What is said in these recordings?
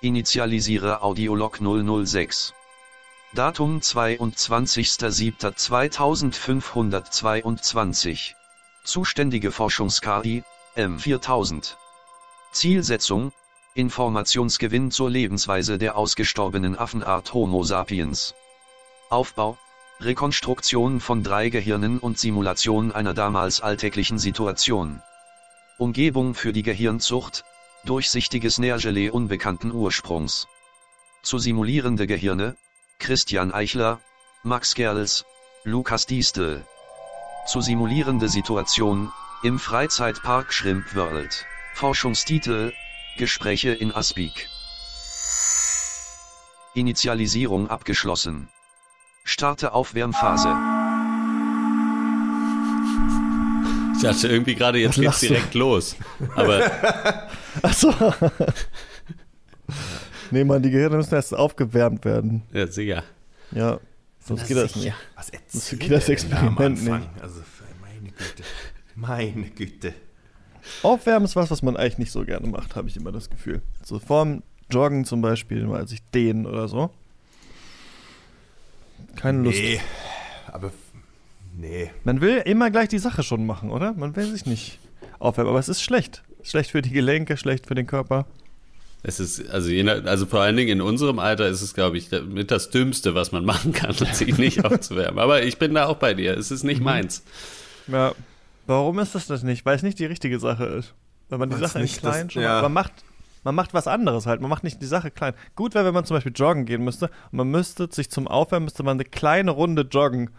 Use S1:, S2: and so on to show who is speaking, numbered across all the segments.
S1: Initialisiere Audiolog 006. Datum 22.07.2522. Zuständige Forschungs-KI, M4000. Zielsetzung, Informationsgewinn zur Lebensweise der ausgestorbenen Affenart Homo sapiens. Aufbau, Rekonstruktion von drei Gehirnen und Simulation einer damals alltäglichen Situation. Umgebung für die Gehirnzucht, durchsichtiges Nährgelee unbekannten Ursprungs. Zu simulierende Gehirne, Christian Eichler, Max Gerls, Lukas Diestel. Zu simulierende Situation, im Freizeitpark Shrimp World. Forschungstitel, Gespräche in Aspik. Initialisierung abgeschlossen. Starte Aufwärmphase.
S2: Ich dachte irgendwie gerade, jetzt geht's
S3: Was lachst du?
S2: direkt los. Aber
S3: Achso. nee, Mann, die Gehirne müssen erst aufgewärmt werden.
S2: ja, sicher.
S3: Ja, sonst geht das nicht.
S4: Was erzählt
S3: Das geht das
S4: er denn da am
S3: Experiment
S4: Anfang? Also, meine Güte. Meine Güte.
S3: Aufwärmen ist was, was man eigentlich nicht so gerne macht, habe ich immer das Gefühl. So vorm Joggen zum Beispiel, mal sich dehnen oder so. Keine Lust.
S4: Nee, aber f- nee.
S3: Man will immer gleich die Sache schon machen, oder? Man will sich nicht aufwärmen, aber es ist schlecht. Schlecht für die Gelenke, schlecht für den Körper.
S2: Es ist, also, je nach, also vor allen Dingen in unserem Alter ist es, glaube ich, da- mit das Dümmste, was man machen kann, sich nicht aufzuwärmen. Aber ich bin da auch bei dir. Es ist nicht
S3: Mhm.
S2: meins.
S3: Ja. Warum ist das das nicht? Weil es nicht die richtige Sache ist. Wenn man die
S4: Weil's
S3: Sache nicht
S4: nicht das-
S3: klein schon
S4: ja.
S3: man macht, man macht was anderes halt. Man macht nicht die Sache klein. Gut wäre, wenn man zum Beispiel joggen gehen müsste und man müsste sich zum Aufwärmen müsste man eine kleine Runde joggen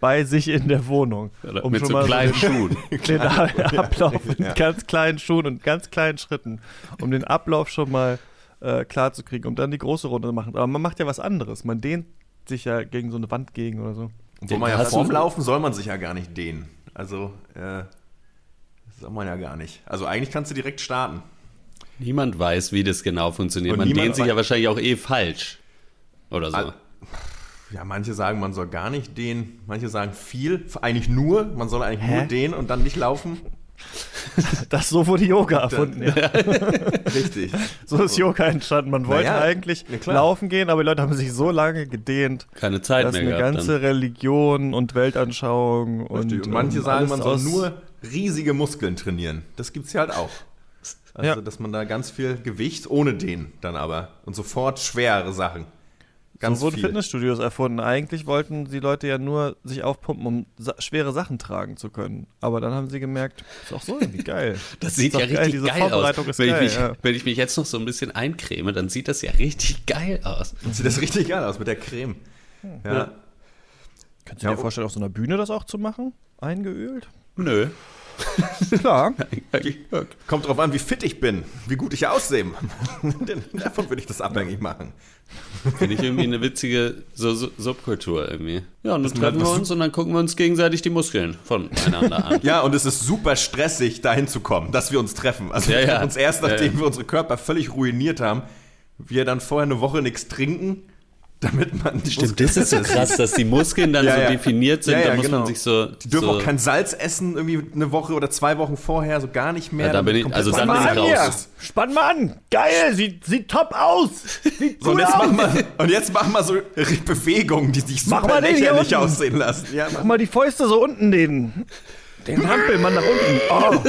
S3: bei sich in der Wohnung. um
S2: Oder mit so kleinen Schuhen.
S3: den, den Ablauf mit ganz kleinen Schuhen und ganz kleinen Schritten, um den Ablauf schon mal äh, klar zu kriegen, um dann die große Runde zu machen. Aber man macht ja was anderes. Man dehnt sich ja gegen so eine Wand gegen oder so.
S4: Obwohl man ja
S2: hast du-
S4: vorm Laufen soll man sich ja gar nicht dehnen. Also, äh, das soll man ja gar nicht. Also eigentlich kannst du direkt starten.
S2: Niemand weiß, wie das genau funktioniert.
S4: Und
S2: Man
S4: niemand
S2: dehnt sich
S4: wei-
S2: ja wahrscheinlich auch eh falsch. Oder so.
S3: Ah,
S4: Al- Ja, manche sagen, man soll gar nicht dehnen. Manche sagen viel, eigentlich nur. Man soll eigentlich nur
S3: Hä?
S4: dehnen und dann nicht laufen.
S3: Das so wurde Yoga erfunden. Ja.
S4: Richtig.
S3: So ist Yoga entstanden. Man wollte
S4: Naja,
S3: eigentlich
S4: na klar.
S3: laufen gehen, aber die Leute haben sich so lange gedehnt,
S2: Keine Zeit
S3: dass
S2: mehr
S3: eine
S2: gehabt.
S3: ganze
S2: Dann.
S3: Religion und Weltanschauung und,
S4: Richtig. Und manche
S3: ähm,
S4: sagen,
S3: alles
S4: man soll
S3: aus-
S4: nur riesige Muskeln trainieren. Das gibt es ja halt auch. Also,
S3: Ja.
S4: dass man da ganz viel Gewicht ohne den dann aber und sofort schwerere Sachen. Ganz
S3: So wurden
S4: viel.
S3: Fitnessstudios erfunden. Eigentlich wollten die Leute ja nur sich aufpumpen, um sa schwere Sachen tragen zu können. Aber dann haben sie gemerkt, ist auch so irgendwie geil.
S2: Das sieht
S3: Ist
S2: ja
S3: doch geil,
S2: richtig
S3: diese
S2: geil
S3: Vorbereitung
S2: aus.
S3: ist
S2: wenn,
S3: geil,
S2: ich mich,
S3: ja.
S2: wenn ich mich jetzt noch so ein bisschen eincreme, dann sieht das ja richtig geil aus.
S4: Sieht das richtig geil aus mit der Creme. Ja.
S3: Könntest du dir vorstellen, auf so einer Bühne das auch zu machen? Eingeölt?
S2: Nö.
S3: Klar.
S4: Kommt drauf an, wie fit ich bin, wie gut ich aussehe. Denn Davon würde ich das abhängig machen.
S2: Finde ich irgendwie eine witzige so, so, Subkultur irgendwie. Ja, und dann
S4: man
S2: treffen wir
S4: was-
S2: uns und dann gucken wir uns gegenseitig die Muskeln voneinander an.
S4: Ja, und es ist super stressig, dahin zu kommen, dass wir uns treffen. Also
S2: Ja,
S4: wir
S2: ja.
S4: treffen uns erst,
S2: Ja,
S4: nachdem
S2: ja.
S4: wir unsere Körper völlig ruiniert haben, wir dann vorher eine Woche nichts trinken, damit man die
S2: Stimmt, das ist so krass, dass die Muskeln dann
S4: Ja,
S2: so
S4: ja.
S2: definiert sind.
S4: Ja, ja,
S2: da muss
S4: genau.
S2: man sich so.
S4: Die dürfen
S2: so
S4: auch kein Salz essen, irgendwie eine Woche oder zwei Wochen vorher, so gar nicht mehr.
S2: Ja, da bin ich-
S4: Komplett
S2: also dann bin
S4: normal.
S2: ich raus.
S4: Yes.
S3: Spann mal an! Geil! Sieht, sieht top aus! Sieht
S4: So, und,
S3: gut
S4: jetzt
S3: aus!
S4: mach mal, und jetzt mach mal so Bewegungen, die dich
S3: Mach
S4: super
S3: mal den hier
S4: lächerlich
S3: unten.
S4: aussehen lassen. Ja,
S3: Mach mal die Fäuste so unten den. Den Hampelmann nach unten.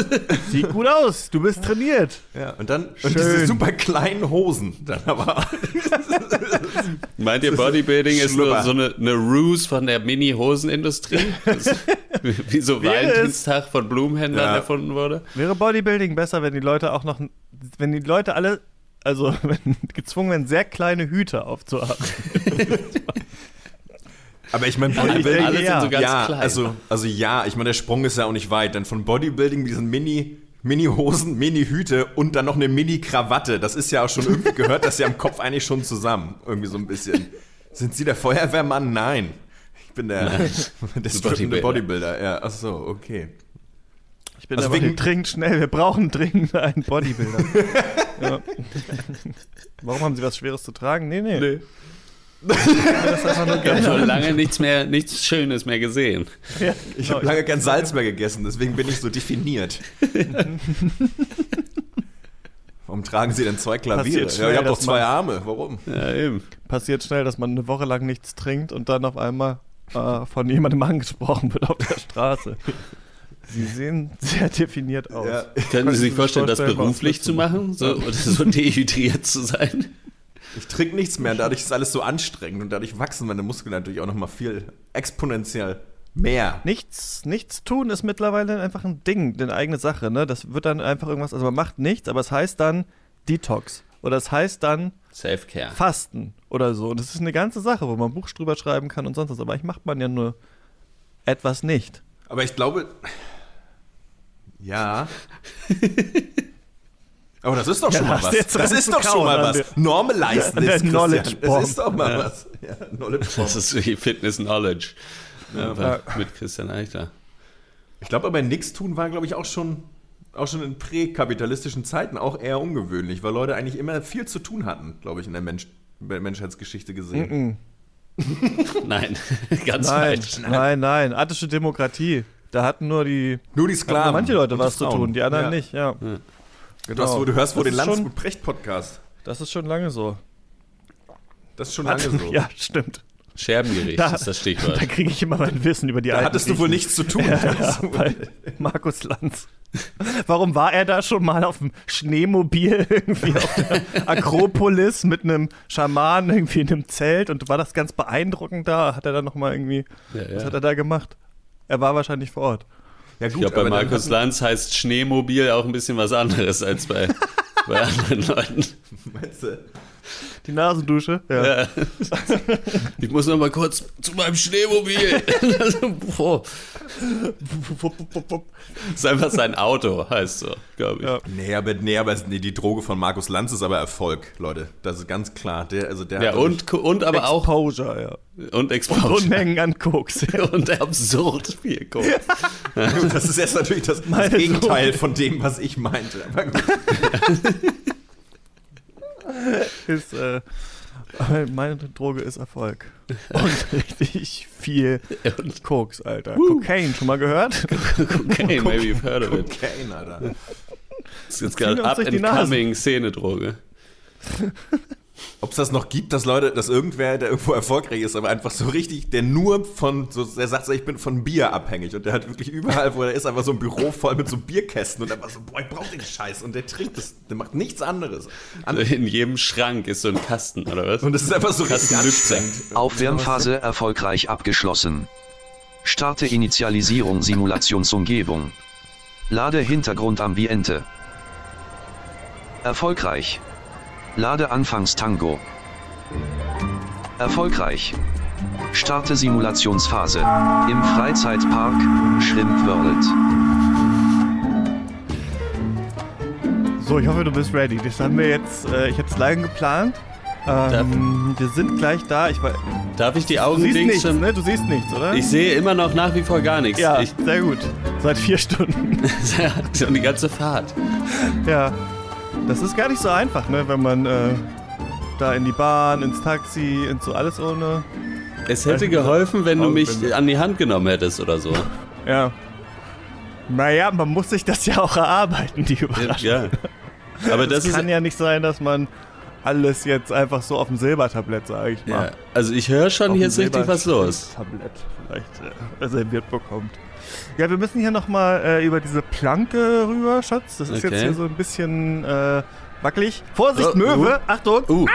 S3: Oh, sieht gut aus. Du bist trainiert.
S4: ja, und dann und
S3: Schön.
S4: diese super kleinen Hosen dann aber.
S2: Meint ihr, Bodybuilding ist nur
S4: Schlüpper.
S2: so eine, eine Ruse von der Mini-Hosenindustrie? Das- Wie so
S3: Wäre es-
S2: Valentinstag von Blumenhändlern
S4: Ja.
S2: erfunden wurde?
S3: Wäre Bodybuilding besser, wenn die Leute auch noch, wenn die Leute alle, also wenn, gezwungen wären, sehr kleine Hüte aufzuhaben.
S4: Aber ich meine,
S3: denke,
S4: Bodybuilding
S2: Alle
S3: ja.
S2: sind so ganz
S4: ja,
S2: klein.
S4: Also, also ja, ich meine, der Sprung ist ja auch nicht weit, denn von Bodybuilding mit diesen Mini, Mini-Hosen, Mini-Hüte und dann noch eine Mini-Krawatte, das ist ja auch schon irgendwie gehört, das ja am Kopf eigentlich schon zusammen, irgendwie so ein bisschen. Sind Sie der Feuerwehrmann? Nein. Ich bin der, der
S2: Bodybuilder.
S4: strippende Bodybuilder. Ja, ach so, okay.
S3: Ich bin
S4: Also
S3: aber
S4: wegen-
S3: dringend schnell. Wir brauchen dringend einen Bodybuilder. ja. Warum haben sie was Schweres zu tragen? Nee, nee. nee. Das ist einfach nur
S2: Ich habe
S3: geil.
S2: schon lange nichts mehr, nichts Schönes mehr gesehen.
S3: Ja,
S4: Ich
S3: genau.
S4: habe lange kein Salz mehr gegessen, deswegen bin ich so definiert. Warum tragen Sie denn zwei Klaviere?
S3: Passiert
S4: Ja,
S3: schnell,
S4: ihr habt doch
S3: dass
S4: zwei
S3: man-
S4: Arme. Warum?
S2: Ja, eben.
S3: Passiert schnell, dass man eine Woche lang nichts trinkt und dann auf einmal äh, von jemandem angesprochen wird auf der Straße. Sie sehen sehr definiert aus.
S4: Ja.
S2: Können Sie sich
S3: mir
S2: vorstellen, das
S3: vorstellen, was
S2: beruflich
S3: das
S2: zu
S3: zu
S2: machen? So, oder so dehydriert zu sein?
S4: Ich trinke nichts mehr und dadurch ist alles so anstrengend und dadurch wachsen meine Muskeln natürlich auch nochmal viel exponentiell mehr.
S3: Nichts, nichts tun ist mittlerweile einfach ein Ding, eine eigene Sache. Ne? Das wird dann einfach irgendwas, also man macht nichts, aber es heißt dann Detox. Oder es heißt dann
S2: Self-Care.
S3: Fasten oder so. Und das ist eine ganze Sache, wo man Buch drüber schreiben kann und sonst was. Aber eigentlich macht man ja nur etwas nicht.
S4: Aber ich glaube. Ja. Aber das ist doch schon
S3: Ja,
S4: mal
S3: hast
S4: was.
S3: du jetzt
S4: Das ist doch schon
S3: rausgekaut
S4: mal
S3: an
S4: was. Normalize
S3: an der
S4: this, Christian.
S3: Knowledge-Bomb.
S4: Das ist doch mal was. Ja, Knowledge Bomb.
S2: Das ist wie Fitness Knowledge. Aber mit Christian Eichler.
S4: Ich glaube aber, nichts tun war, glaube ich, auch schon, auch schon in präkapitalistischen Zeiten auch eher ungewöhnlich, weil Leute eigentlich immer viel zu tun hatten, glaube ich, in der Mensch Menschheitsgeschichte gesehen.
S2: Nein, ganz
S3: Nein,
S2: falsch.
S3: nein, nein. Attische Demokratie. Da hatten nur die.
S4: Nur die
S3: Klar,
S4: Sklaven.
S3: manche Leute
S4: und die
S3: was zu
S4: Frauen.
S3: tun, die anderen
S4: Ja.
S3: nicht, ja.
S4: Du, hast, wo- du hörst wohl
S3: Das
S4: den
S3: ist schon-
S4: Landshut Precht Podcast.
S3: Das ist schon lange so.
S4: Das ist schon lange so.
S3: Ja, stimmt.
S2: Scherbengericht
S3: Da-
S2: ist das
S3: Da
S2: Stichwort.
S3: kriege ich immer mein Wissen über die
S4: Da
S3: alten
S4: hattest du wohl
S3: Griechen.
S4: nichts zu tun.
S3: Ja, bei Markus Lanz. Warum war er da schon mal auf dem Schneemobil irgendwie auf der Akropolis mit einem Schaman irgendwie in einem Zelt und war das ganz beeindruckend da? Hat er da nochmal irgendwie,
S2: Ja,
S3: was
S2: ja.
S3: hat er da gemacht? Er war wahrscheinlich vor Ort.
S4: Ja, gut,
S2: Ich glaube, bei
S4: aber dann
S2: Markus
S4: hatten-
S2: Lanz heißt Schneemobil auch ein bisschen was anderes als bei, bei anderen Leuten.
S4: Meinst du?
S3: Die Nasendusche? Ja.
S2: Ja. Ich muss noch mal kurz zu meinem Schneemobil. Also, boah. ist einfach sein Auto, heißt so, glaube ich.
S3: Ja.
S4: Nee, aber, nee, aber es- nee, die Droge von Markus Lanz ist aber Erfolg, Leute. Das ist ganz klar. Der, also der
S2: Ja,
S4: hat
S2: und, und aber auch
S3: Exposure, ja.
S2: und Exposure.
S3: Unmengen an Koks.
S2: Und, absurd viel Koks.
S4: natürlich- Das ist jetzt natürlich das, das
S3: Meine
S4: Gegenteil von dem, was ich meinte. Aber gut.
S3: ist, äh, meine Droge ist Erfolg. Und richtig viel
S2: Und
S3: Koks, Alter. Cocaine, schon mal gehört?
S2: Cocaine, maybe you've heard of it.
S4: Cocaine, Alter.
S2: Das ist jetzt
S3: Ziehen
S2: gerade
S3: uns
S2: up
S3: durch die
S2: and
S3: Nase.
S2: coming Szene-Droge.
S4: Ob es das noch gibt, dass Leute, dass irgendwer, der irgendwo erfolgreich ist, aber einfach so richtig, der nur von, so, der sagt so, ich bin von Bier abhängig und der hat wirklich überall, wo er ist, einfach so ein Büro voll mit so Bierkästen und einfach so, boah, ich brauch den Scheiß und der trinkt das, der macht nichts anderes.
S2: Also in jedem Schrank ist so ein Kasten, oder was?
S4: Und das ist einfach so richtig
S2: Kastenlüfter.
S4: anstrengend.
S1: Aufwärmphase erfolgreich abgeschlossen. Starte Initialisierung Simulationsumgebung. Lade Hintergrundambiente. Erfolgreich. Lade Anfangstango. Erfolgreich. Starte Simulationsphase. Im Freizeitpark Shrimp World.
S3: So, ich hoffe, du bist ready. Das haben wir jetzt, äh, ich habe es lange geplant. Ähm, wir sind gleich da. Ich, wei-
S2: Darf ich die
S3: du
S2: Augen
S3: siehst
S2: links
S3: nichts,
S2: schon?
S3: ne? Du siehst nichts, oder?
S2: Ich sehe immer noch nach wie vor gar nichts.
S3: ja,
S2: Ich,
S3: sehr gut. Seit vier Stunden.
S2: und die ganze Fahrt.
S3: ja. Das ist gar nicht so einfach, ne? Wenn man äh, da in die Bahn, ins Taxi, ins so alles ohne.
S2: Es hätte geholfen,
S3: Oh,
S2: wenn du mich
S3: Augenbinde.
S2: an die Hand genommen hättest oder so.
S3: Ja. Naja, man muss sich das ja auch erarbeiten, die Überraschung.
S2: ja. Aber das,
S3: Es
S2: ist.
S3: kann ja nicht sein, dass man alles jetzt einfach so auf dem Silbertablett, sage ich mal.
S2: ja. Also ich höre schon,
S3: Auf
S2: hier
S3: dem
S2: ist richtig was los.
S3: Silbertablett vielleicht äh, serviert bekommt. Ja, wir müssen hier nochmal äh, über diese Planke rüber, Schatz. Das ist
S2: Okay.
S3: jetzt hier so ein bisschen äh, wackelig. Vorsicht,
S2: Oh,
S3: Möwe! Achtung!
S2: Uh.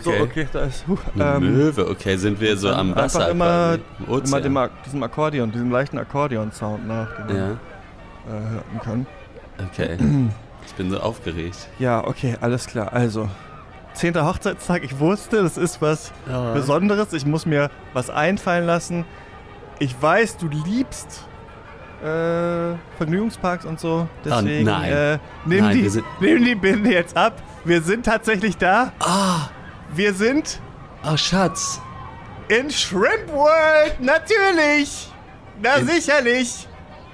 S3: So,
S2: Okay.
S3: okay, da ist. Huh,
S2: Eine
S3: ähm,
S2: Möwe, okay, sind wir so
S3: dann
S2: am
S3: einfach
S2: Wasser.
S3: immer-
S2: quasi, im
S3: immer
S2: Ozean.
S3: dem, Ak- diesem Akkordeon, diesem leichten Akkordeon-Sound nach, den
S2: Ja,
S3: man äh, hören kann.
S2: okay. Ich bin so aufgeregt.
S3: Ja, okay, alles klar. Also, zehnter Hochzeitstag, ich wusste, das ist was
S2: Ja.
S3: Besonderes. Ich muss mir was einfallen lassen. Ich weiß, du liebst äh, Vergnügungsparks und so. Deswegen
S2: Oh, nein.
S3: Äh, nimm,
S2: Nein, wir
S3: die,
S2: sind-
S3: nimm die Binde jetzt ab. Wir sind tatsächlich da.
S2: Ah.
S3: Wir sind
S2: Oh, Schatz.
S3: in Shrimp World. Natürlich. Na
S2: In-
S3: sicherlich.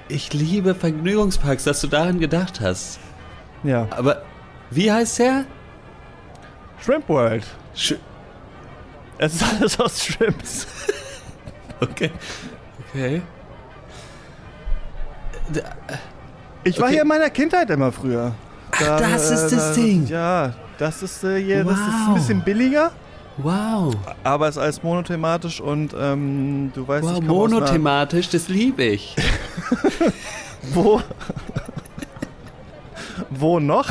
S2: Ich liebe Vergnügungsparks, dass du daran gedacht hast.
S3: Ja,
S2: Aber wie heißt der?
S3: Shrimp World.
S2: Sch
S3: Es ist alles aus Shrimps.
S2: okay. Okay.
S3: Ich war
S2: Okay.
S3: hier in meiner Kindheit immer früher. Da,
S2: das ist das
S3: da-
S2: Ding.
S3: Ja, das ist, äh, hier, das ist ein
S2: Wow.
S3: bisschen billiger,
S2: Wow,
S3: aber es ist alles monothematisch und ähm, du weißt,
S2: wow,
S3: ich komme aus einer-
S2: monothematisch, das liebe ich.
S3: Wo? Wo noch?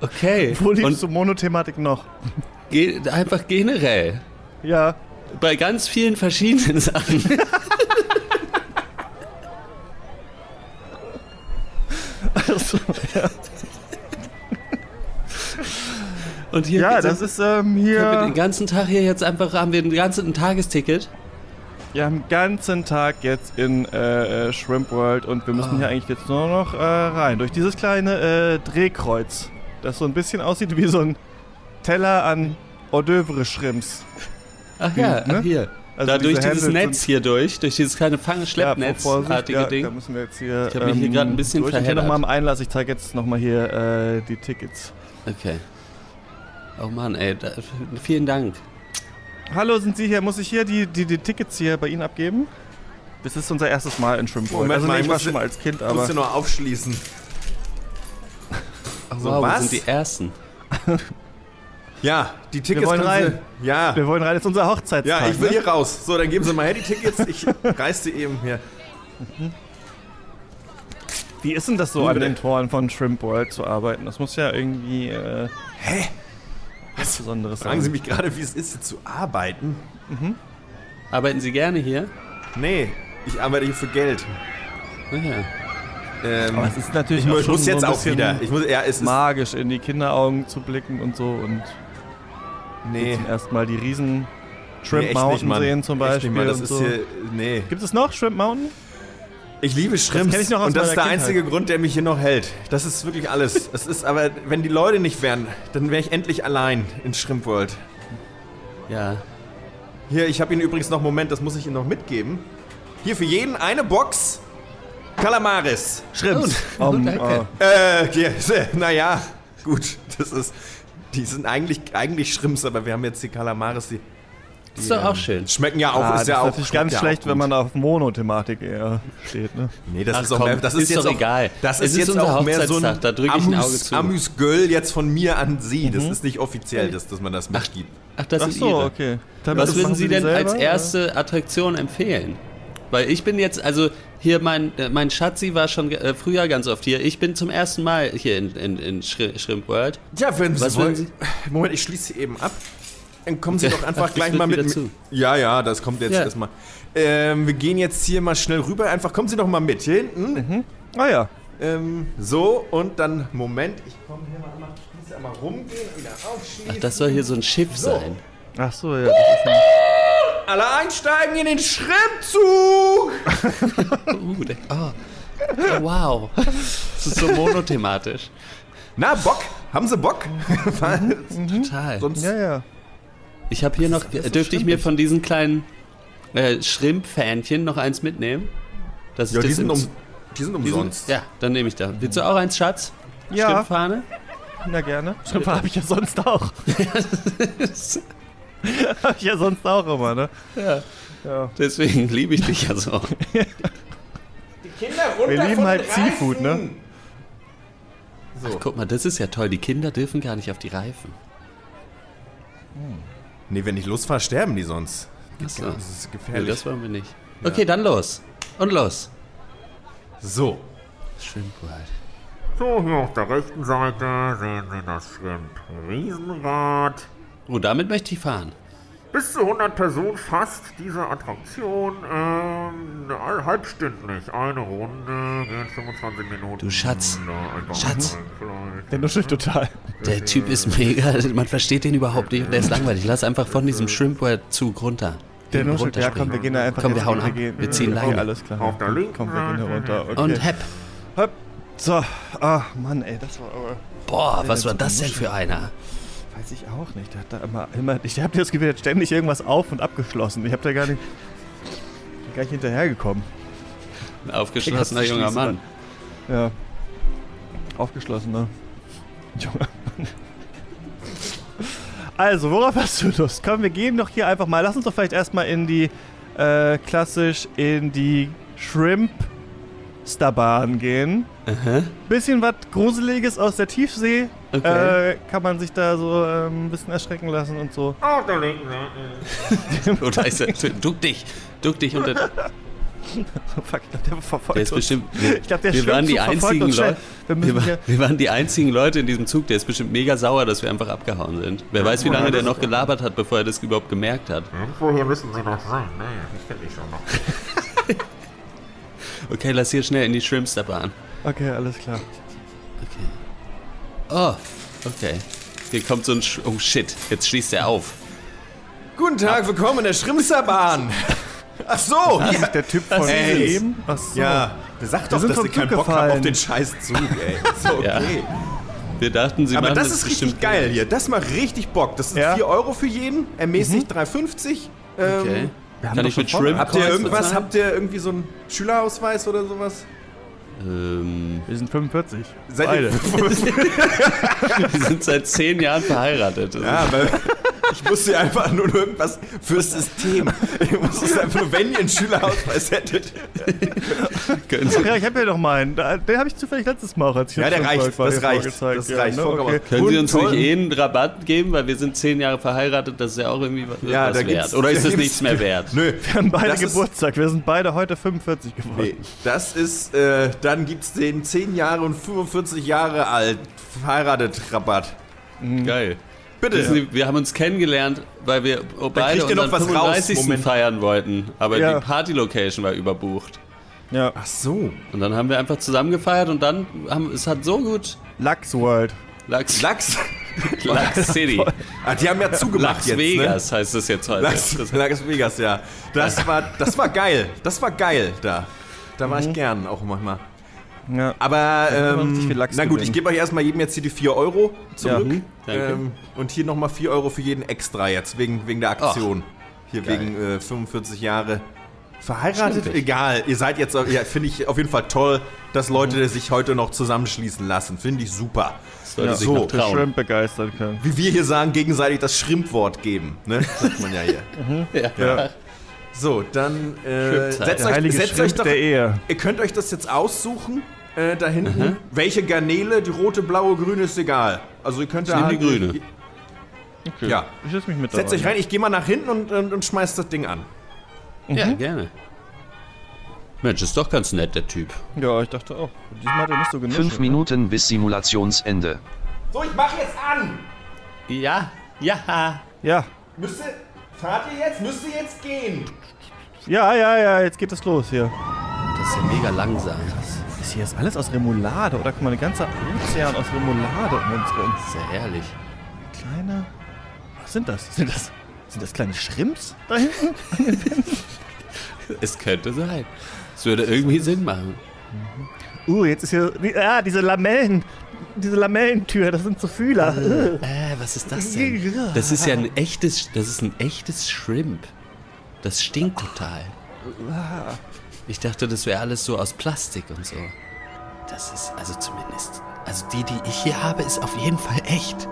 S2: Okay.
S3: Wo
S2: Und
S3: liebst du Monothematik noch?
S2: ge einfach generell.
S3: Ja.
S2: Bei ganz vielen verschiedenen Sachen.
S3: Also,
S2: Und hier
S3: ja,
S2: geht's-
S3: das ist ähm,
S2: können wir den
S3: hier.
S2: ganzen Tag hier jetzt einfach haben wir den ganzen ein Tagesticket.
S3: Wir haben den ganzen Tag jetzt in äh, äh, Shrimp World und wir
S2: Ah.
S3: müssen hier eigentlich jetzt nur noch äh, rein. Durch dieses kleine äh, Drehkreuz, das so ein bisschen aussieht wie so ein Teller an Hors d'oeuvre Shrimps.
S2: Ach ja,
S3: Ne?
S2: ach hier.
S3: Also
S2: da
S3: diese
S2: durch dieses
S3: Handles
S2: Netz hier durch, durch dieses kleine Fang-Schleppnetzartige
S3: ja, Da
S2: Ding.
S3: müssen wir jetzt hier. ähm,
S2: Ich hab mich hier gerade ein bisschen
S3: durch. Ich bin
S2: verheddert.
S3: nochmal am Einlass. Ich zeige jetzt nochmal hier äh, die Tickets.
S2: Okay. Oh Mann, ey, da, vielen Dank.
S3: Hallo, sind Sie hier? Muss ich hier die, die, die Tickets hier bei Ihnen abgeben? Das ist unser erstes Mal in Shrimp World.
S4: Moment
S3: Also, nee,
S4: mal,
S3: ich
S4: ich
S3: war
S4: muss-
S3: schon mal als Kind,
S4: Aber
S3: aber.
S4: musst du nur aufschließen. Also
S2: wow, wir
S4: was?
S2: sind die Ersten.
S4: ja, die Tickets
S3: Wir wollen
S4: können
S3: rein.
S4: Sie, ja.
S3: Wir wollen rein, das ist unser Hochzeitstag.
S4: Ja, ich will
S3: ne?
S4: hier raus. So, dann geben Sie mal her die Tickets. Ich reiß die eben hier.
S3: Wie ist denn das so, an
S4: bitte.
S3: den Toren von Shrimp World zu arbeiten? Das muss ja irgendwie. Äh,
S4: Hä?
S3: was Besonderes
S4: Fragen Sie mich gerade, wie es ist, hier zu arbeiten?
S2: Arbeiten Sie gerne hier?
S4: Nee, ich arbeite hier für Geld.
S2: Oh ja.
S4: Ähm,
S3: Aber es ist natürlich
S4: ich
S3: auch
S4: muss,
S3: schon
S4: muss jetzt
S3: so ein
S4: auch wieder. Ich muss, ja, es ist,
S3: magisch, in die Kinderaugen zu blicken und so und
S4: nee,
S3: zum ersten Mal die riesen
S4: nee,
S3: Shrimp
S4: echt nicht,
S3: Mountain
S4: Mann.
S3: sehen zum
S4: Echt
S3: Beispiel.
S4: Nicht, Mann. Das
S3: und
S4: ist
S3: so.
S4: hier, nee.
S3: Gibt es noch Shrimp Mountain?
S4: Ich liebe Shrimps
S3: kenn ich noch aus
S4: und das
S3: meiner
S4: ist der
S3: Kindheit.
S4: einzige Grund, der mich hier noch hält. Das ist wirklich alles. es ist aber, wenn die Leute nicht wären, dann wäre ich endlich allein in Shrimp World.
S2: Ja.
S4: Hier, ich habe Ihnen übrigens noch, Moment, das muss ich Ihnen noch mitgeben. Hier für jeden eine Box Kalamaris.
S3: Shrimps.
S2: Oh, danke.
S4: Äh, die- naja, gut, das ist, die sind eigentlich, eigentlich Shrimps, aber wir haben jetzt die Kalamaris, die ähm,
S2: Ist doch auch schön.
S4: schmecken ja auch,
S3: Ah,
S4: ist
S3: das
S4: ja
S3: ist
S4: auch.
S3: natürlich
S4: schmeckt
S3: ganz
S4: ja auch
S3: schlecht,
S4: gut.
S3: wenn man auf Monothematik eher steht. Ne?
S4: Nee, das
S2: Ach
S4: ist doch
S2: komm,
S4: mehr, das ist,
S2: ist
S4: jetzt
S2: doch
S4: auch,
S2: egal.
S4: Das
S2: Es
S4: ist,
S2: ist
S4: jetzt
S2: unser
S4: auch mehr so ein
S2: Hochzeitstag, da drück ich ein
S4: Amüs-
S2: Auge zu. Mhm.
S4: Amüs-Göll jetzt von mir an Sie. Das ist nicht offiziell, dass, dass man das mitgibt.
S2: Ach, das
S3: Ach
S2: ist
S3: so,
S2: Ihre.
S3: okay. Damit
S2: Was
S3: das
S2: würden
S3: machen
S2: Sie denn
S3: selber,
S2: als
S3: oder?
S2: erste Attraktion empfehlen? Weil ich bin jetzt, also hier mein, äh, mein Schatzi war schon äh, früher ganz oft hier. Ich bin zum ersten Mal hier in, in, in Shri- Shrimp World.
S4: Ja, wenn
S2: Was
S4: Sie wollen.
S2: wollen
S4: Moment, ich schließe sie eben ab. Dann kommen Sie doch
S2: Ach,
S4: einfach
S2: das
S4: gleich
S2: wird
S4: mal
S2: wieder
S4: mit.
S2: zu.
S4: Ja, ja, das kommt jetzt
S2: Ja.
S4: erstmal. Ähm, wir gehen jetzt hier mal schnell rüber. Einfach kommen Sie doch mal mit. Hier hinten.
S3: Ah ja.
S4: Ähm, so und dann, Moment, ich komme hier mal einmal, ich muss einmal rumgehen, wieder aufschließen.
S2: Ach, das soll hier so ein Schiff sein.
S3: Ach so, ja. Das ist ein
S4: Alle einsteigen in den Schrippzug!
S2: Uh, der, oh. Oh, wow. Das ist so monothematisch.
S4: Na, Bock? Haben Sie Bock? Weil
S2: Total.
S4: Sonst
S3: Mhm. ja, ja.
S2: Ich habe hier noch,
S3: alles so
S2: dürfte ich mir
S3: schrimpig.
S2: von diesen kleinen äh, Shrimp-Fähnchen noch eins mitnehmen? Dass ich
S4: Ja, die,
S2: das
S4: sind
S2: im-
S4: um, die sind
S2: die sind-
S4: umsonst.
S2: Ja, dann nehme ich da. Willst du auch eins, Schatz?
S3: Ja.
S2: Shrimpfahne?
S3: Na gerne. Schrimp habe ich ja sonst auch. habe ich ja sonst auch immer, ne?
S2: Ja.
S3: Ja.
S2: Deswegen liebe ich dich ja so.
S3: Wir lieben halt Seafood, ne?
S4: So.
S2: Guck mal, das ist ja toll. Die Kinder dürfen gar nicht auf die Reifen.
S4: Nee, wenn ich losfahre, sterben die sonst.
S2: Achso.
S4: Das ist
S2: Nee,
S4: gefährlich.
S2: das wollen wir nicht. Okay, dann los. Und los.
S4: so.
S2: Shrimp
S4: halt.
S2: World.
S5: So, hier auf der rechten Seite sehen Sie das Schrimp Riesenrad.
S2: Oh, damit möchte ich fahren.
S5: Bis zu 100 Personen fasst diese Attraktion ähm, all- halbstündlich. Eine Runde geht 25 Minuten.
S2: Du Schatz.
S5: Na, einfach
S2: Schatz.
S5: mal vielleicht.
S3: Der nuschelt total.
S2: Der Typ ist mega. Man versteht den überhaupt nicht und der ist langweilig. Lass einfach von diesem Shrimp World Zug runter.
S3: Der
S2: Hinten
S3: nuschelt. Ja, komm, wir gehen da einfach
S2: Komm, wir
S3: jetzt-
S2: hauen ab.
S3: gehen-
S2: Wir ziehen
S3: okay,
S2: Leine.
S3: alles klar.
S5: Auf der linken
S3: Komm, wir gehen hier
S5: Seite.
S3: runter. Okay.
S2: Und hepp.
S3: Hopp. So. Ah, Mann, ey, das war aber...
S2: Boah, was
S3: der
S2: war
S3: Zug
S2: das denn für einer?
S3: Weiß ich auch nicht. Der hat da immer, immer ich habe das Gefühl, der hat ständig irgendwas auf und abgeschlossen. Ich habe da gar nicht, gar nicht hinterhergekommen.
S2: Ein aufgeschlossener
S3: Digga,
S2: junger
S3: das ist
S2: Mann.
S3: Ja. Aufgeschlossen, ne? Junge. Also, worauf hast du Lust? Komm, wir gehen doch hier einfach mal. Lass uns doch vielleicht erstmal in die, äh, klassisch in die Shrimp Staban gehen. Bisschen was Gruseliges aus der Tiefsee.
S2: Okay.
S3: Äh, kann man sich da so äh, ein bisschen erschrecken lassen und so.
S5: Auf der linken Seite.
S2: Oder ist er, duck dich, duck dich unter.
S3: Fuck, ich glaub, der verfolgt
S2: Der ist
S3: uns.
S2: bestimmt.
S3: Ich glaub, der
S2: wir
S3: schwimmt
S2: waren
S3: so,
S2: die
S3: verfolgt
S2: einzigen
S3: uns schnell.
S2: Leute.
S3: Wir
S2: Wir,
S3: müssen
S2: wa-
S3: hier-
S2: wir waren die einzigen Leute in diesem Zug. Der ist bestimmt mega sauer, dass wir einfach abgehauen sind. Wer weiß, wie lange der noch gelabert hat, bevor er das überhaupt gemerkt hat.
S5: Irgendwo hier müssen sie noch sein. Naja, ich kenne dich schon noch.
S2: Okay, lass hier schnell in die Shrimpsterbahn.
S3: Okay, alles klar.
S2: Oh, okay. Hier kommt so ein. Sch oh shit, jetzt schließt er auf.
S4: Guten Tag, willkommen in der Schrimserbahn. Ach so, ja.
S3: Der Typ von
S4: Ey.
S3: eben? Ach so.
S4: ja. Sag doch,
S3: sind
S4: dass
S3: vom
S4: ihr keinen
S3: Zug
S4: Bock habt auf
S3: gefallen.
S4: den scheiß Zug, ey. So,
S2: Ja.
S4: okay.
S2: Wir dachten, sie
S4: Aber
S2: machen
S4: das ist richtig
S2: bestimmt
S4: geil hier. Das macht richtig Bock. Das sind
S3: Ja. Mhm.
S4: 4 Euro für jeden, ermäßigt 3,50. Ähm,
S2: Okay.
S3: Wir haben
S2: Kann
S3: doch
S2: ich mit
S3: schon
S2: Shrimp
S4: Habt ihr
S2: Kreuz
S4: irgendwas?
S2: bezahlen?
S4: Habt ihr irgendwie so einen Schülerausweis oder sowas?
S2: Ähm,
S3: Wir sind 45.
S4: Seid
S3: Beide.
S4: ihr,
S2: wir sind seit zehn Jahren verheiratet. Also Das
S4: ja, weil ich musste einfach nur irgendwas fürs System. Ich musste es einfach nur, wenn ihr einen Schülerausweis hättet.
S2: ist- können Sie-
S3: Ja, ich habe ja noch meinen. Da- Den habe ich zufällig letztes Mal auch als ich
S4: Ja,
S3: auf
S4: der
S3: Schrimpf war,
S4: reicht.
S3: war
S4: Das
S3: dir
S4: reicht.
S3: vorgezeigt. ne?
S4: Das reicht. Vollkommen
S3: Okay.
S4: aus.
S2: Können Sie uns
S4: Und
S2: nicht
S4: toll.
S2: eh einen Rabatt geben, weil wir sind zehn Jahre verheiratet, das ist ja auch irgendwie was,
S4: Ja, da
S2: was
S4: gibt's-
S2: wert. Oder ist
S4: da
S2: das
S4: gibt's-
S2: nichts mehr wert?
S4: Nö,
S3: Wir haben beide
S4: das ist-
S3: Geburtstag. wir sind beide heute 45 geworden.
S4: Nee, das ist, äh, dann gibt's den 10 Jahre und 45 Jahre alt verheiratet Rabatt.
S2: Geil.
S4: Bitte.
S2: Wissen Sie, wir haben uns kennengelernt, weil wir beide
S4: kriegt ihr noch
S2: unseren
S4: was raus.
S2: 35.
S4: Moment.
S2: feiern wollten, aber
S3: Ja.
S2: die Party-Location war überbucht.
S3: Ja.
S4: Ach so.
S2: Und dann haben wir einfach zusammen gefeiert und dann haben es hat so gut
S3: Lux World.
S2: Lachs,
S4: Lachs.
S2: Lachs City,
S4: Ah, die haben ja zugemacht
S2: Lachs
S4: jetzt, ne?
S2: Vegas heißt es jetzt heute.
S4: Las, Las Vegas, ja. Das war, das war geil. Das war geil da. Da war ich gern auch manchmal.
S3: Ja.
S4: Aber,
S3: man richtig
S4: ähm,
S3: viel Lachs
S4: na gut,
S3: gewinnen.
S4: ich gebe euch erstmal jedem jetzt hier die 4 Euro zurück.
S2: Mhm, danke.
S4: ähm, und hier nochmal 4 Euro für jeden extra jetzt, wegen, wegen der Aktion. hier wegen äh, 45 Jahre verheiratet.
S2: Stimmt.
S4: Egal, ihr seid jetzt, ja, finde ich auf jeden Fall toll, dass Leute sich heute noch zusammenschließen lassen. Finde ich super.
S2: sollte sich
S4: so,
S2: noch
S3: Für
S2: Traum.
S3: Shrimp begeistern können.
S4: Wie wir hier sagen, gegenseitig das Schrimpwort geben. Ne? Sagt man ja hier.
S2: ja.
S4: So, dann
S2: Schrimpzeit.
S4: äh, setzt,
S3: Der
S4: euch,
S3: heilige
S4: setzt euch
S3: Shrimp
S4: doch
S3: der E- Ehe.
S4: Ihr könnt euch das jetzt aussuchen, äh, da hinten. Welche Garnele, die rote, blaue, grüne, ist egal. Also ihr könnt da
S2: nehme die grüne.
S3: Okay.
S4: Ja.
S3: Ich setze mich mit
S4: Setzt euch rein, ich gehe mal nach hinten und, und, und schmeiß das Ding an.
S2: ja, Mhm. gerne. Mensch, ist doch ganz nett, der Typ.
S3: Ja, ich dachte auch. Diesmal hat er nicht so genug.
S1: Fünf Minuten bis Simulationsende.
S4: So, ich mache jetzt an.
S2: Ja, ja.
S3: Ja.
S4: Müsste, fahrt ihr jetzt? Müsst ihr jetzt gehen?
S3: Ja, ja, ja, jetzt geht es los hier.
S2: Das ist ja mega langsam.
S3: Das hier ist alles aus Remoulade, oder? Guck mal, ein ganzer Ozean aus Remoulade um uns rum.
S2: Das ist ja herrlich.
S3: Kleine. Was sind das? Sind das, sind das kleine Shrimps da hinten?
S2: Es könnte sein. Es würde irgendwie Sinn machen.
S3: Uh, jetzt ist hier. die- Ah, diese Lamellen. Diese Lamellentür, das sind so Fühler.
S2: Äh, was ist das denn? Das ist ja ein echtes, das ist ein echtes Shrimp. Das stinkt total. Ich dachte, das wäre alles so aus Plastik und so. Das ist also zumindest, also die, die ich hier habe, ist auf jeden Fall echt.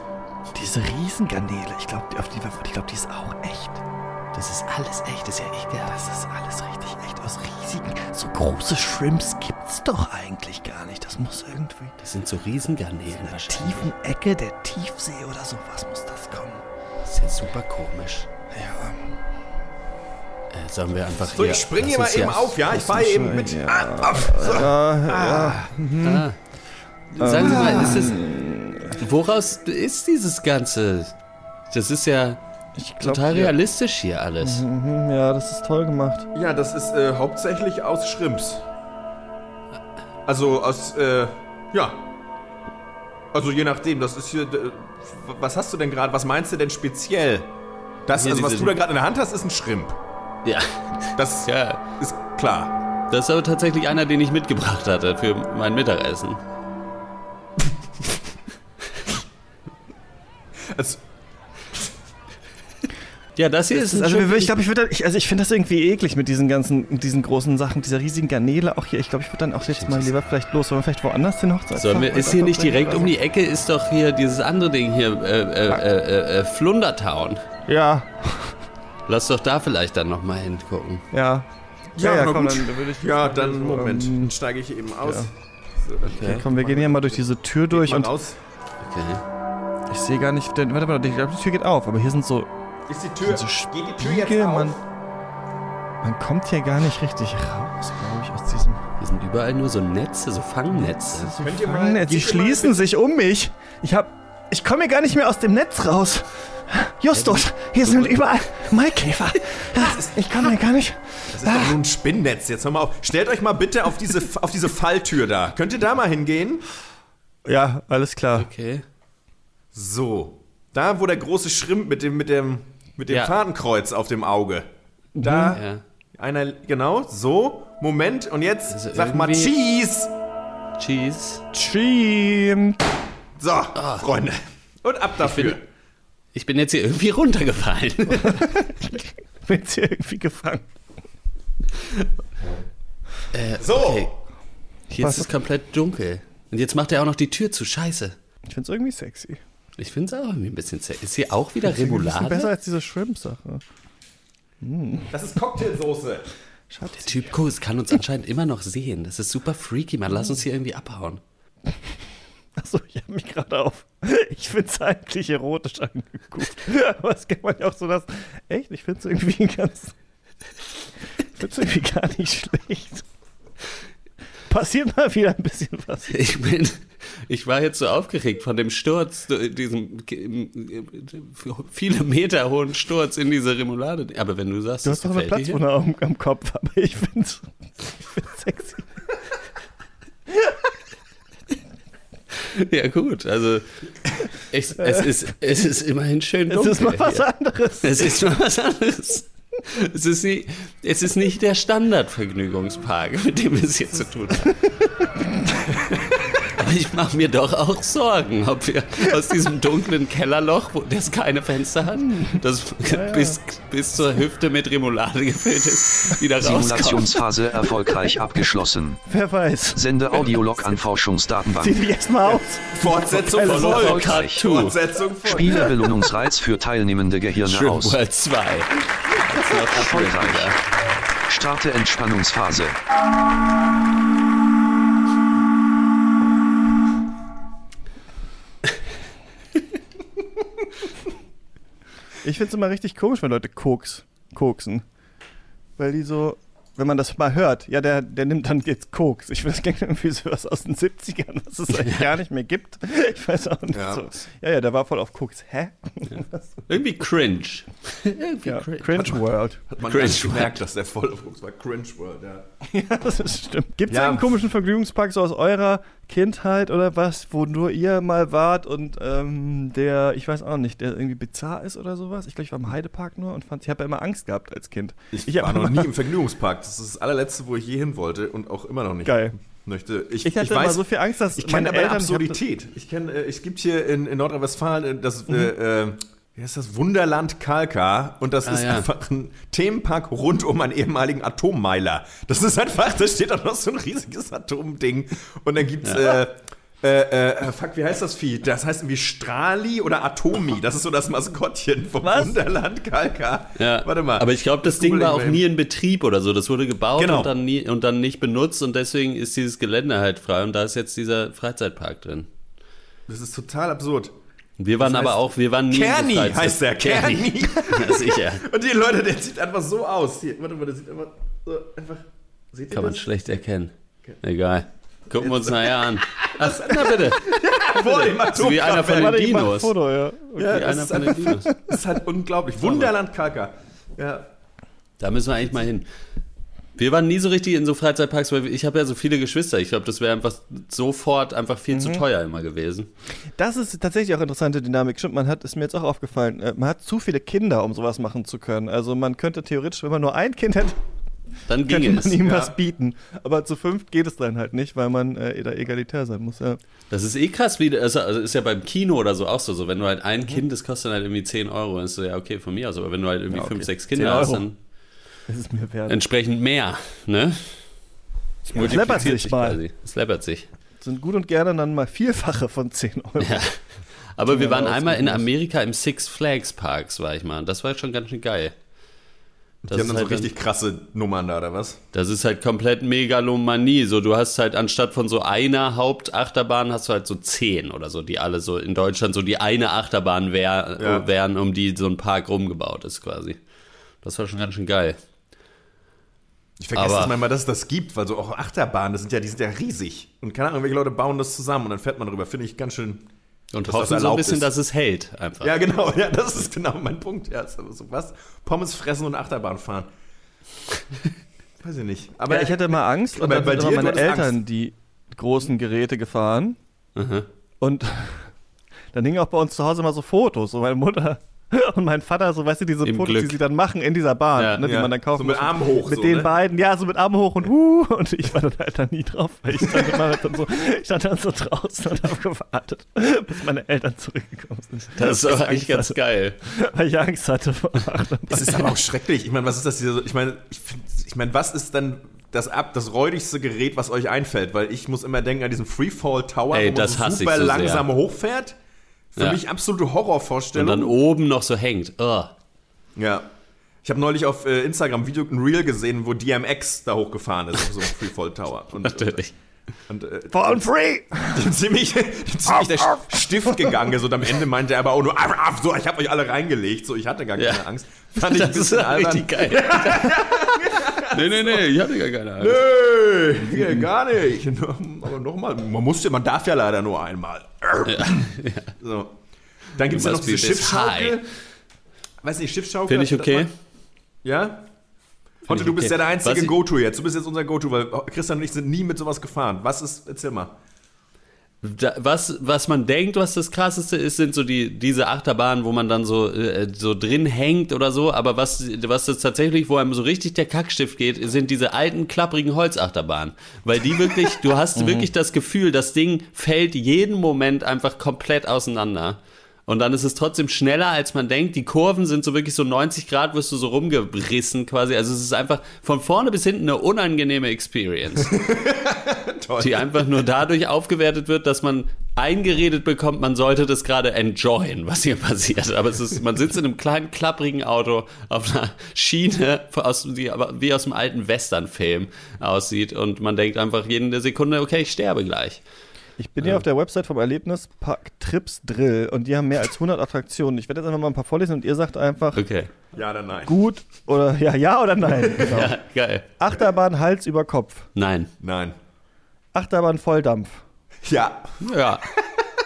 S3: diese Riesengarnele, ich glaube, die, auf die, wir- ich glaub, die ist auch echt.
S2: Das ist alles echt, das ist ja echt. Ja.
S3: Das ist alles richtig echt aus riesigen. So große Shrimps gibt's doch eigentlich gar nicht. Das muss irgendwie
S2: Das sind so Riesengarnelen
S3: aus
S2: wahrscheinlich.
S3: tiefen Ecke der Tiefsee oder sowas muss das kommen.
S2: Das ist ja super komisch.
S3: Ja.
S2: Äh, sollen wir einfach
S4: So,
S2: hier...
S4: ich springe
S2: das
S4: hier mal
S2: ist
S4: eben auf, ja? Ich fahre eben mit. Ah, ah, so.
S2: Ah. Sagen Sie mal, ist es, woraus ist dieses Ganze? Das ist ja
S3: Ich glaube,
S2: total realistisch hier alles.
S3: ja, das ist toll gemacht.
S4: Ja, das ist äh, hauptsächlich aus Schrimps. Also aus, äh, ja. Also je nachdem, das ist hier. d- Was hast du denn gerade? Was meinst du denn speziell? Das,
S2: Hier
S4: also was
S2: diese-
S4: du da gerade in der Hand hast, ist ein Schrimp.
S2: Ja,
S4: Das
S2: ja.
S4: ist klar.
S2: Das ist aber tatsächlich einer, den ich mitgebracht hatte für mein Mittagessen.
S4: Also,
S2: Ja, das hier ist, ein
S3: Also, wir-
S2: Schiff-
S3: ich glaube, ich würde, ich, also ich finde das irgendwie eklig mit diesen ganzen, mit diesen großen Sachen, dieser riesigen Garnele auch hier. Ich glaube, ich würde dann auch jetzt mal lieber vielleicht los, sollen wir vielleicht woanders den Hochzeit.
S2: Sollen wir, ist hier nicht direkt um die Ecke, ist doch hier dieses andere Ding hier, äh, äh, äh, äh, äh, Flundertown.
S3: Ja,
S2: Lass doch da vielleicht dann nochmal hingucken.
S3: ja.
S4: Ja, na
S3: komm,
S4: gut.
S3: dann würde ich.
S4: Ja, dann Moment.
S3: Ähm,
S4: Dann steige ich eben aus.
S3: ja.
S4: So,
S2: Okay.
S3: Komm, wir gehen hier mal durch diese Tür durch
S4: durch mal
S3: und
S4: raus.
S2: okay.
S3: ich sehe gar nicht, denn, warte mal, ich glaube, die Tür geht auf, aber hier sind so,
S4: Ist die Tür,
S3: sind so
S4: Also geht die Tür
S3: Spiegel,
S4: jetzt auf?
S3: man, man kommt hier gar nicht richtig raus, glaube ich, aus diesem
S2: Hier sind überall nur so Netze, so Fangnetze.
S4: Könnt ihr mal,
S3: Fangnetz.
S4: geht
S3: Sie
S4: ihr mal
S3: schließen sich um mich. Ich hab, ich komme gar nicht mehr aus dem Netz raus. Justus, hier sind überall Maikäfer. Ich komme hier gar nicht.
S4: Das ist doch nur ein Spinnnetz. Jetzt hör mal auf. Stellt euch mal bitte auf diese, auf diese Falltür da. Könnt ihr da mal hingehen?
S3: Ja, alles klar.
S2: Okay.
S4: So. Da, wo der große Schrimp mit dem, mit dem, mit dem
S2: Ja.
S4: Fadenkreuz auf dem Auge. Da.
S2: Ja.
S4: Einer, genau, so. Moment, und jetzt
S2: Also
S4: sag mal
S2: irgendwie-
S4: Cheese.
S2: Cheese.
S3: Hm. Tschüss.
S4: So,
S2: Ah.
S4: Freunde. Und ab dafür.
S2: Ich bin jetzt hier irgendwie runtergefallen.
S3: Bin sie irgendwie gefangen.
S4: So.
S2: okay. Hier
S3: Was?
S2: ist es komplett dunkel. Und jetzt macht er auch noch die Tür zu. Scheiße.
S3: Ich find's irgendwie sexy.
S2: Ich finde es auch irgendwie ein bisschen zäh. Ist hier auch wieder
S3: Bisschen besser
S2: Remoulade?
S3: als diese Shrimp-Sache.
S4: Das ist Cocktailsoße.
S2: Der Typ Kurs kann uns anscheinend immer noch sehen. Das ist super freaky, Mann. Lass uns hier irgendwie abhauen.
S3: Achso, ich hab mich gerade auf. Ich find's eigentlich erotisch angeguckt. Aber das kann man ja auch so lassen. Echt? Ich find's irgendwie ganz. Ich find's irgendwie gar nicht schlecht. Passiert mal wieder ein bisschen was.
S2: Ich bin, ich war jetzt so aufgeregt von dem Sturz, äh, diesem äh, äh, viele Meter hohen Sturz in diese Remoulade. Aber wenn du sagst,
S3: Du hast doch
S2: das
S3: eine
S2: gefällt dir,
S3: Platzwunde am, am Kopf, aber ich find's, ich find's sexy.
S2: ja gut, also ich, es ist es ist immerhin schön
S3: Es
S2: dunkel.
S3: ist mal was
S2: hier.
S3: anderes.
S2: Es ist mal was anderes. Es ist, nie, es ist nicht der Standardvergnügungspark, mit dem wir es hier zu tun haben. Aber ich mache mir doch auch Sorgen, ob wir aus diesem dunklen Kellerloch, wo das keine Fenster hat, das bis, bis zur Hüfte mit Remoulade gefüllt ist, wieder rauskommen.
S1: Simulationsphase erfolgreich abgeschlossen.
S3: Wer weiß.
S1: Sende Audiolog an
S3: Zieh
S1: Forschungsdatenbank.
S3: die erstmal aus.
S4: Fortsetzung folgt.
S2: Part 2.
S4: Fortsetzung folgt.
S1: Spielerbelohnungsreiz für teilnehmende Gehirne
S2: Shrimp
S1: aus.
S2: World 2. Hat's noch
S1: Erfolgreich.
S2: abgeschlossen.
S1: Starte Entspannungsphase.
S3: Ich find's immer richtig komisch, wenn Leute Koks, koksen. Weil die so, wenn man das mal hört, ja, der, der nimmt dann jetzt Koks. Ich finde, das klingt irgendwie so was aus den 70ern, was es eigentlich gar nicht mehr gibt. Ich weiß auch nicht
S4: Ja.
S3: so. Ja, ja, der war voll auf Koks. Hä?
S2: Irgendwie cringe. Irgendwie
S3: Ja,
S2: cringe.
S3: Cringe World.
S4: Hat man
S2: Cringe
S4: nicht gemerkt, dass der voll auf uns war. Cringe World, ja.
S3: Ja, das stimmt. Gibt es
S4: Ja.
S3: einen komischen Vergnügungspark so aus eurer Kindheit oder was, wo nur ihr mal wart und ähm, der, ich weiß auch nicht, der irgendwie bizarr ist oder sowas? Ich glaube, ich war im Heidepark nur und fand, ich habe ja immer Angst gehabt als Kind.
S4: Ich,
S3: hab
S4: war noch
S3: immer-
S4: nie im Vergnügungspark. Das ist das allerletzte, wo ich je hin wollte und auch immer noch nicht
S3: Geil.
S4: möchte. Ich,
S3: Ich hatte
S4: weiß,
S3: immer so viel Angst, dass
S4: ich
S3: meine
S4: kenne aber
S3: Eltern-
S4: Absurdität. Ich kenne, äh, es gibt hier in, in Nordrhein-Westfalen äh, das,
S3: Mhm.
S4: äh, äh, wie heißt das? Wunderland Kalkar und das
S2: Ah,
S4: ist
S2: ja.
S4: einfach ein Themenpark rund um einen ehemaligen Atommeiler. Das ist einfach, da steht auch noch so ein riesiges Atomding und dann gibt's äh, äh, äh, fuck, wie heißt das Vieh? Das heißt irgendwie Strali oder Atomi. Das ist so das Maskottchen vom
S3: Was?
S4: Wunderland Kalkar.
S2: Ja.
S4: Warte mal.
S2: Aber ich glaube, das Ding
S4: Google
S2: war
S4: ich
S2: auch
S4: mal eben.
S2: nie in Betrieb oder so. Das wurde gebaut
S4: Genau.
S2: und, dann nie, und dann nicht benutzt und deswegen ist dieses Gelände halt frei und da ist jetzt dieser Freizeitpark drin.
S4: Das ist total absurd.
S2: Und Wir waren
S4: Das heißt,
S2: aber auch, wir waren nie. in diesem
S4: Kerni
S2: Freizeit-
S4: heißt der, Kerni.
S2: Ja, sicher.
S4: Und die Leute, der sieht einfach so aus. Hier, warte mal, der sieht einfach so einfach. Seht ihr
S2: Kann man
S4: das?
S2: schlecht erkennen. Egal. Gucken wir uns nachher an. Ach, na bitte.
S4: Vor dem
S2: So wie einer von den
S3: Warte, ich mach ein
S2: Dinos. also Wie
S3: Foto, ja. Okay. Also
S4: Ja, das
S2: einer
S4: ist,
S2: von den
S4: einfach,
S2: Dinos.
S4: das ist halt unglaublich. Wunderland Kalka. Ja.
S2: Da müssen wir eigentlich mal hin. Wir waren nie so richtig in so Freizeitparks, weil ich habe ja so viele Geschwister. Ich glaube, das wäre einfach sofort einfach viel
S4: Mhm.
S2: zu teuer immer gewesen.
S3: Das ist tatsächlich auch interessante Dynamik. Stimmt, man hat, ist mir jetzt auch aufgefallen, äh, man hat zu viele Kinder, um sowas machen zu können. Also man könnte theoretisch, wenn man nur ein Kind hätte,
S2: Dann
S3: könnte
S2: ging
S3: man
S2: es.
S3: ihm
S4: ja.
S3: was bieten. Aber zu fünft geht es dann halt nicht, weil man äh, da egalitär sein muss. Ja.
S2: Das ist eh krass, wie das also ist ja beim Kino oder so auch so. so wenn du halt
S3: Mhm.
S2: ein Kind, das kostet dann halt irgendwie 10 Euro, dann ist so, ja, okay, von mir aus. Aber wenn du halt irgendwie
S3: Ja, okay.
S2: 5, 6
S3: 10
S2: Kinder hast,
S3: Euro.
S2: dann
S3: Das ist mir wert.
S2: entsprechend mehr, ne? Es multipliziert
S3: läppert sich mal.
S2: Es läppert sich.
S3: sind gut und gerne dann mal Vierfache von 10 Euro.
S2: Ja. Aber wir
S3: man
S2: waren
S3: raus
S2: einmal in
S3: muss.
S2: Amerika im Six Flags Parks, war ich mal. Das halt war schon ganz schön geil.
S4: Die haben dann so richtig krasse Nummern da, oder was?
S2: Das ist halt komplett Megalomanie. So, du hast halt anstatt von so einer Hauptachterbahn hast du halt so zehn oder so, die alle so in Deutschland so die eine Achterbahn wär,
S4: Ja.
S2: wären, um die so ein Park rumgebaut ist quasi. Das war schon ganz schön geil.
S4: Ich vergesse
S2: Aber-
S4: das manchmal, dass es das gibt, weil so auch Achterbahnen, das sind ja, die sind ja riesig. Und keine Ahnung, welche Leute bauen das zusammen und dann fährt man drüber. Finde ich ganz schön.
S2: Und
S4: Dass das
S2: hoffen so ein
S4: erlaubt
S2: bisschen,
S4: ist.
S2: dass es hält einfach.
S4: Ja, genau, ja, das ist genau mein Punkt. Ja, ist aber so was. Pommes fressen und Achterbahn fahren. Weiß ich nicht. Aber
S3: Ja, ich hatte mal Angst und
S4: Aber
S3: dann
S4: bei
S3: sind
S4: dir,
S3: immer
S4: du
S3: meine
S4: hattest
S3: Eltern die großen Geräte gefahren. Und dann hingen auch bei uns zu Hause immer so Fotos. Und meine Mutter und mein Vater, so weißt du, diese
S2: Im
S3: Fotos, die
S2: Glück.
S3: sie dann machen in dieser Bahn,
S2: Ja,
S3: ne, die
S4: ja.
S3: man dann kaufen
S4: So mit
S3: muss.
S4: Arm hoch,
S3: Mit
S4: so,
S3: den
S4: ne?
S3: beiden, ja, so mit Arm hoch und uh. Und ich war dann halt da nie drauf, weil ich stand, immer dann so, ich stand dann so draußen und habe gewartet, bis meine Eltern zurückgekommen sind.
S2: Das ist
S3: Weil ich
S2: aber eigentlich ganz
S3: Angst
S2: geil.
S3: hatte, Weil ich Angst hatte vor
S4: Es ist aber auch schrecklich. Ich meine, was ist das hier so? Ich meine, ich, find- ich meine, was ist dann das ab, das räudigste Gerät, was euch einfällt? Weil ich muss immer denken an diesen Freefall Tower,
S2: Ey,
S4: wo
S2: das hasse ich
S4: super
S2: so sehr.
S4: langsam hochfährt. Für
S2: Ja.
S4: mich absolute
S2: Und
S4: Horrorvorstellung.
S2: dann oben noch so hängt. Oh.
S4: Ja. Ich habe neulich auf äh, Instagram Video ein Reel gesehen, wo DMX da hochgefahren ist, auf so einem Freefall Tower. Und,
S2: Natürlich.
S4: Und, äh,
S3: Fallen free!
S4: dem ziemlich, dem ziemlich der Stift gegangen ist und am Ende meinte er aber auch nur, "Aff, aff", so, ich habe euch alle reingelegt, so, ich hatte gar keine
S2: Ja.
S4: Angst. Fand ich ein
S2: das ist
S4: bisschen
S2: ja
S4: albern.
S2: richtig geil. nee, nee, nee, ich hatte gar keine Ahnung. Also,
S4: Nö, hier gar nicht.
S2: Genau.
S4: Aber nochmal, man muss ja, man darf ja leider nur einmal. So. Dann gibt es
S2: You
S4: ja noch
S2: must
S4: diese
S2: be this
S4: Schiffschaukel. Weiß nicht, Schiffschaukel.
S2: Finde ich
S4: hast du das
S2: okay.
S4: mal- Ja? Heute,
S2: ich
S4: du bist
S2: okay.
S4: ja der
S2: Was
S4: einzige
S2: ich-
S4: Go-To jetzt. Du bist jetzt unser Go-To, weil Christian und ich sind nie mit sowas gefahren. Was ist, erzähl mal.
S2: Da, was, was man denkt, was das krasseste ist, sind so die, diese Achterbahnen, wo man dann so, äh, so drin hängt oder so. Aber was, was das tatsächlich, wo einem so richtig der Kackstift geht, sind diese alten, klapprigen Holzachterbahnen. Weil die wirklich, du hast wirklich das Gefühl, das Ding fällt jeden Moment einfach komplett auseinander. Und dann ist es trotzdem schneller, als man denkt. Die Kurven sind so wirklich so 90 Grad, wirst du so rumgerissen quasi. Also es ist einfach von vorne bis hinten eine unangenehme Experience die einfach nur dadurch aufgewertet wird, dass man eingeredet bekommt, man sollte das gerade enjoyen, was hier passiert. Aber es ist, man sitzt in einem kleinen, klapprigen Auto auf einer Schiene, aus, die aber wie aus einem alten Western-Film aussieht. Und man denkt einfach jede Sekunde, okay, ich sterbe gleich.
S3: Ich bin hier auf der Website vom Erlebnispark Trips Drill und die haben mehr als 100 Attraktionen. Ich werde jetzt einfach mal ein paar vorlesen und ihr sagt einfach
S2: Okay.
S4: Ja oder nein?
S3: gut oder ja, ja oder nein. Genau.
S2: Ja, geil.
S3: Achterbahn Hals über Kopf.
S2: Nein.
S4: Nein.
S3: Achterbahn Volldampf.
S4: Ja.
S2: Ja.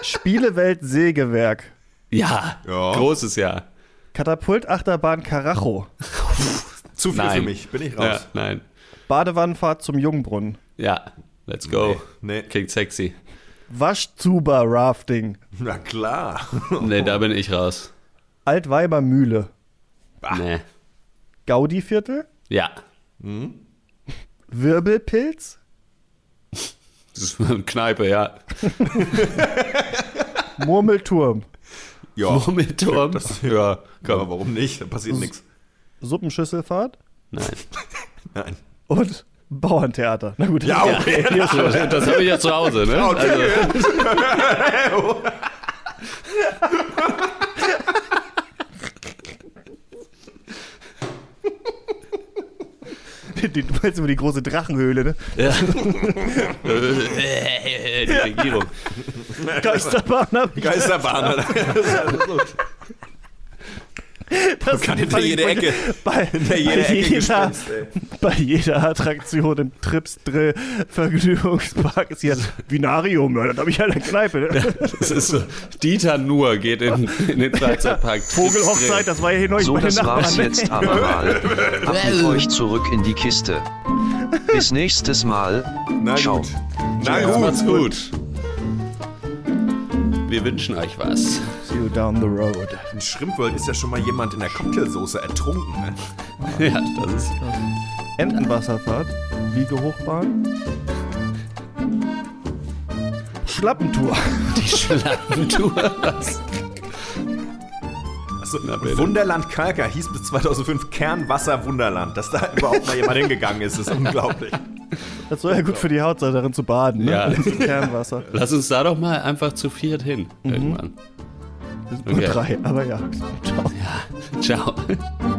S3: Spielewelt Sägewerk.
S2: Ja.
S4: Ja.
S2: Großes Jahr.
S3: Katapult Achterbahn Karacho.
S4: Zu viel
S2: Nein.
S4: für mich. Bin ich
S2: Ja,
S4: raus.
S2: nein.
S3: Badewannenfahrt zum Jungbrunnen.
S2: Ja. Let's go.
S4: Nee.
S2: Klingt sexy.
S3: Waschzuber Rafting.
S4: Na klar.
S2: Nee, da bin ich raus.
S3: Altweibermühle.
S2: Nee.
S3: Gaudi-Viertel.
S2: Ja.
S3: Wirbelpilz.
S2: Das ist eine Kneipe, ja.
S3: Murmelturm.
S4: Ja.
S2: Murmelturm.
S4: Oh. Das-
S2: ja,
S4: Aber warum nicht? Da passiert nichts.
S3: Suppenschüsselfahrt.
S2: Nein.
S4: Nein.
S3: Und Bauerntheater. Na gut,
S4: Ja, Ah, okay. Ah,
S2: Das, das habe ich ja zu Hause, ne? Also,
S3: Die, die, du meinst über die große Drachenhöhle, ne?
S2: ja. Die Regierung.
S3: Geisterbahn hab ich.
S4: Geisterbahn, oder?
S3: Das
S4: Kann hinter
S3: fand ich
S4: jede
S3: bei-
S4: Ecke.
S3: Bei,
S4: Hinter jede
S3: bei,
S4: Ecke
S3: jeder,
S4: gespritzt, ey.
S3: bei jeder Attraktion im Trips Drill Vergnügungspark ist hier Vinarium, ja, das habe ich ja in der Kneipe. Ne?
S2: Das ist so. Dieter Nuhr geht in, in den Freizeitpark.
S3: Vogelhochzeit, das war ja hier neulich
S1: So,
S3: bei den
S1: das war's
S3: Nachbarn.
S1: jetzt aber mal. Ab mit euch zurück in die Kiste. Bis nächstes Mal.
S4: Na
S1: Ciao.
S4: gut. Na
S2: Ja, macht's
S4: gut.
S2: gut. Wir wünschen euch was.
S3: See you down the road.
S4: In Shrimpworld ist ja schon mal jemand in der Cocktailsoße ertrunken. Ne?
S2: Ja, das ist.
S3: Entenwasserfahrt, Wiegehochbahn. Schlappentour.
S2: Die Schlangentour.
S4: Achso,
S2: bitte.
S4: Also, Wunderland Kalka hieß bis 2005 Kernwasser Wunderland. Dass da überhaupt mal jemand hingegangen ist, ist unglaublich.
S3: Das soll ja gut für die Haut sein, darin zu baden, ne?
S2: Ja.
S3: Im Kernwasser.
S2: Lass uns da doch mal einfach zu viert
S4: Mhm.
S2: hin. Irgendwann.
S3: Das sind nur
S2: Okay.
S3: drei, aber ja. Ciao.
S2: Ciao.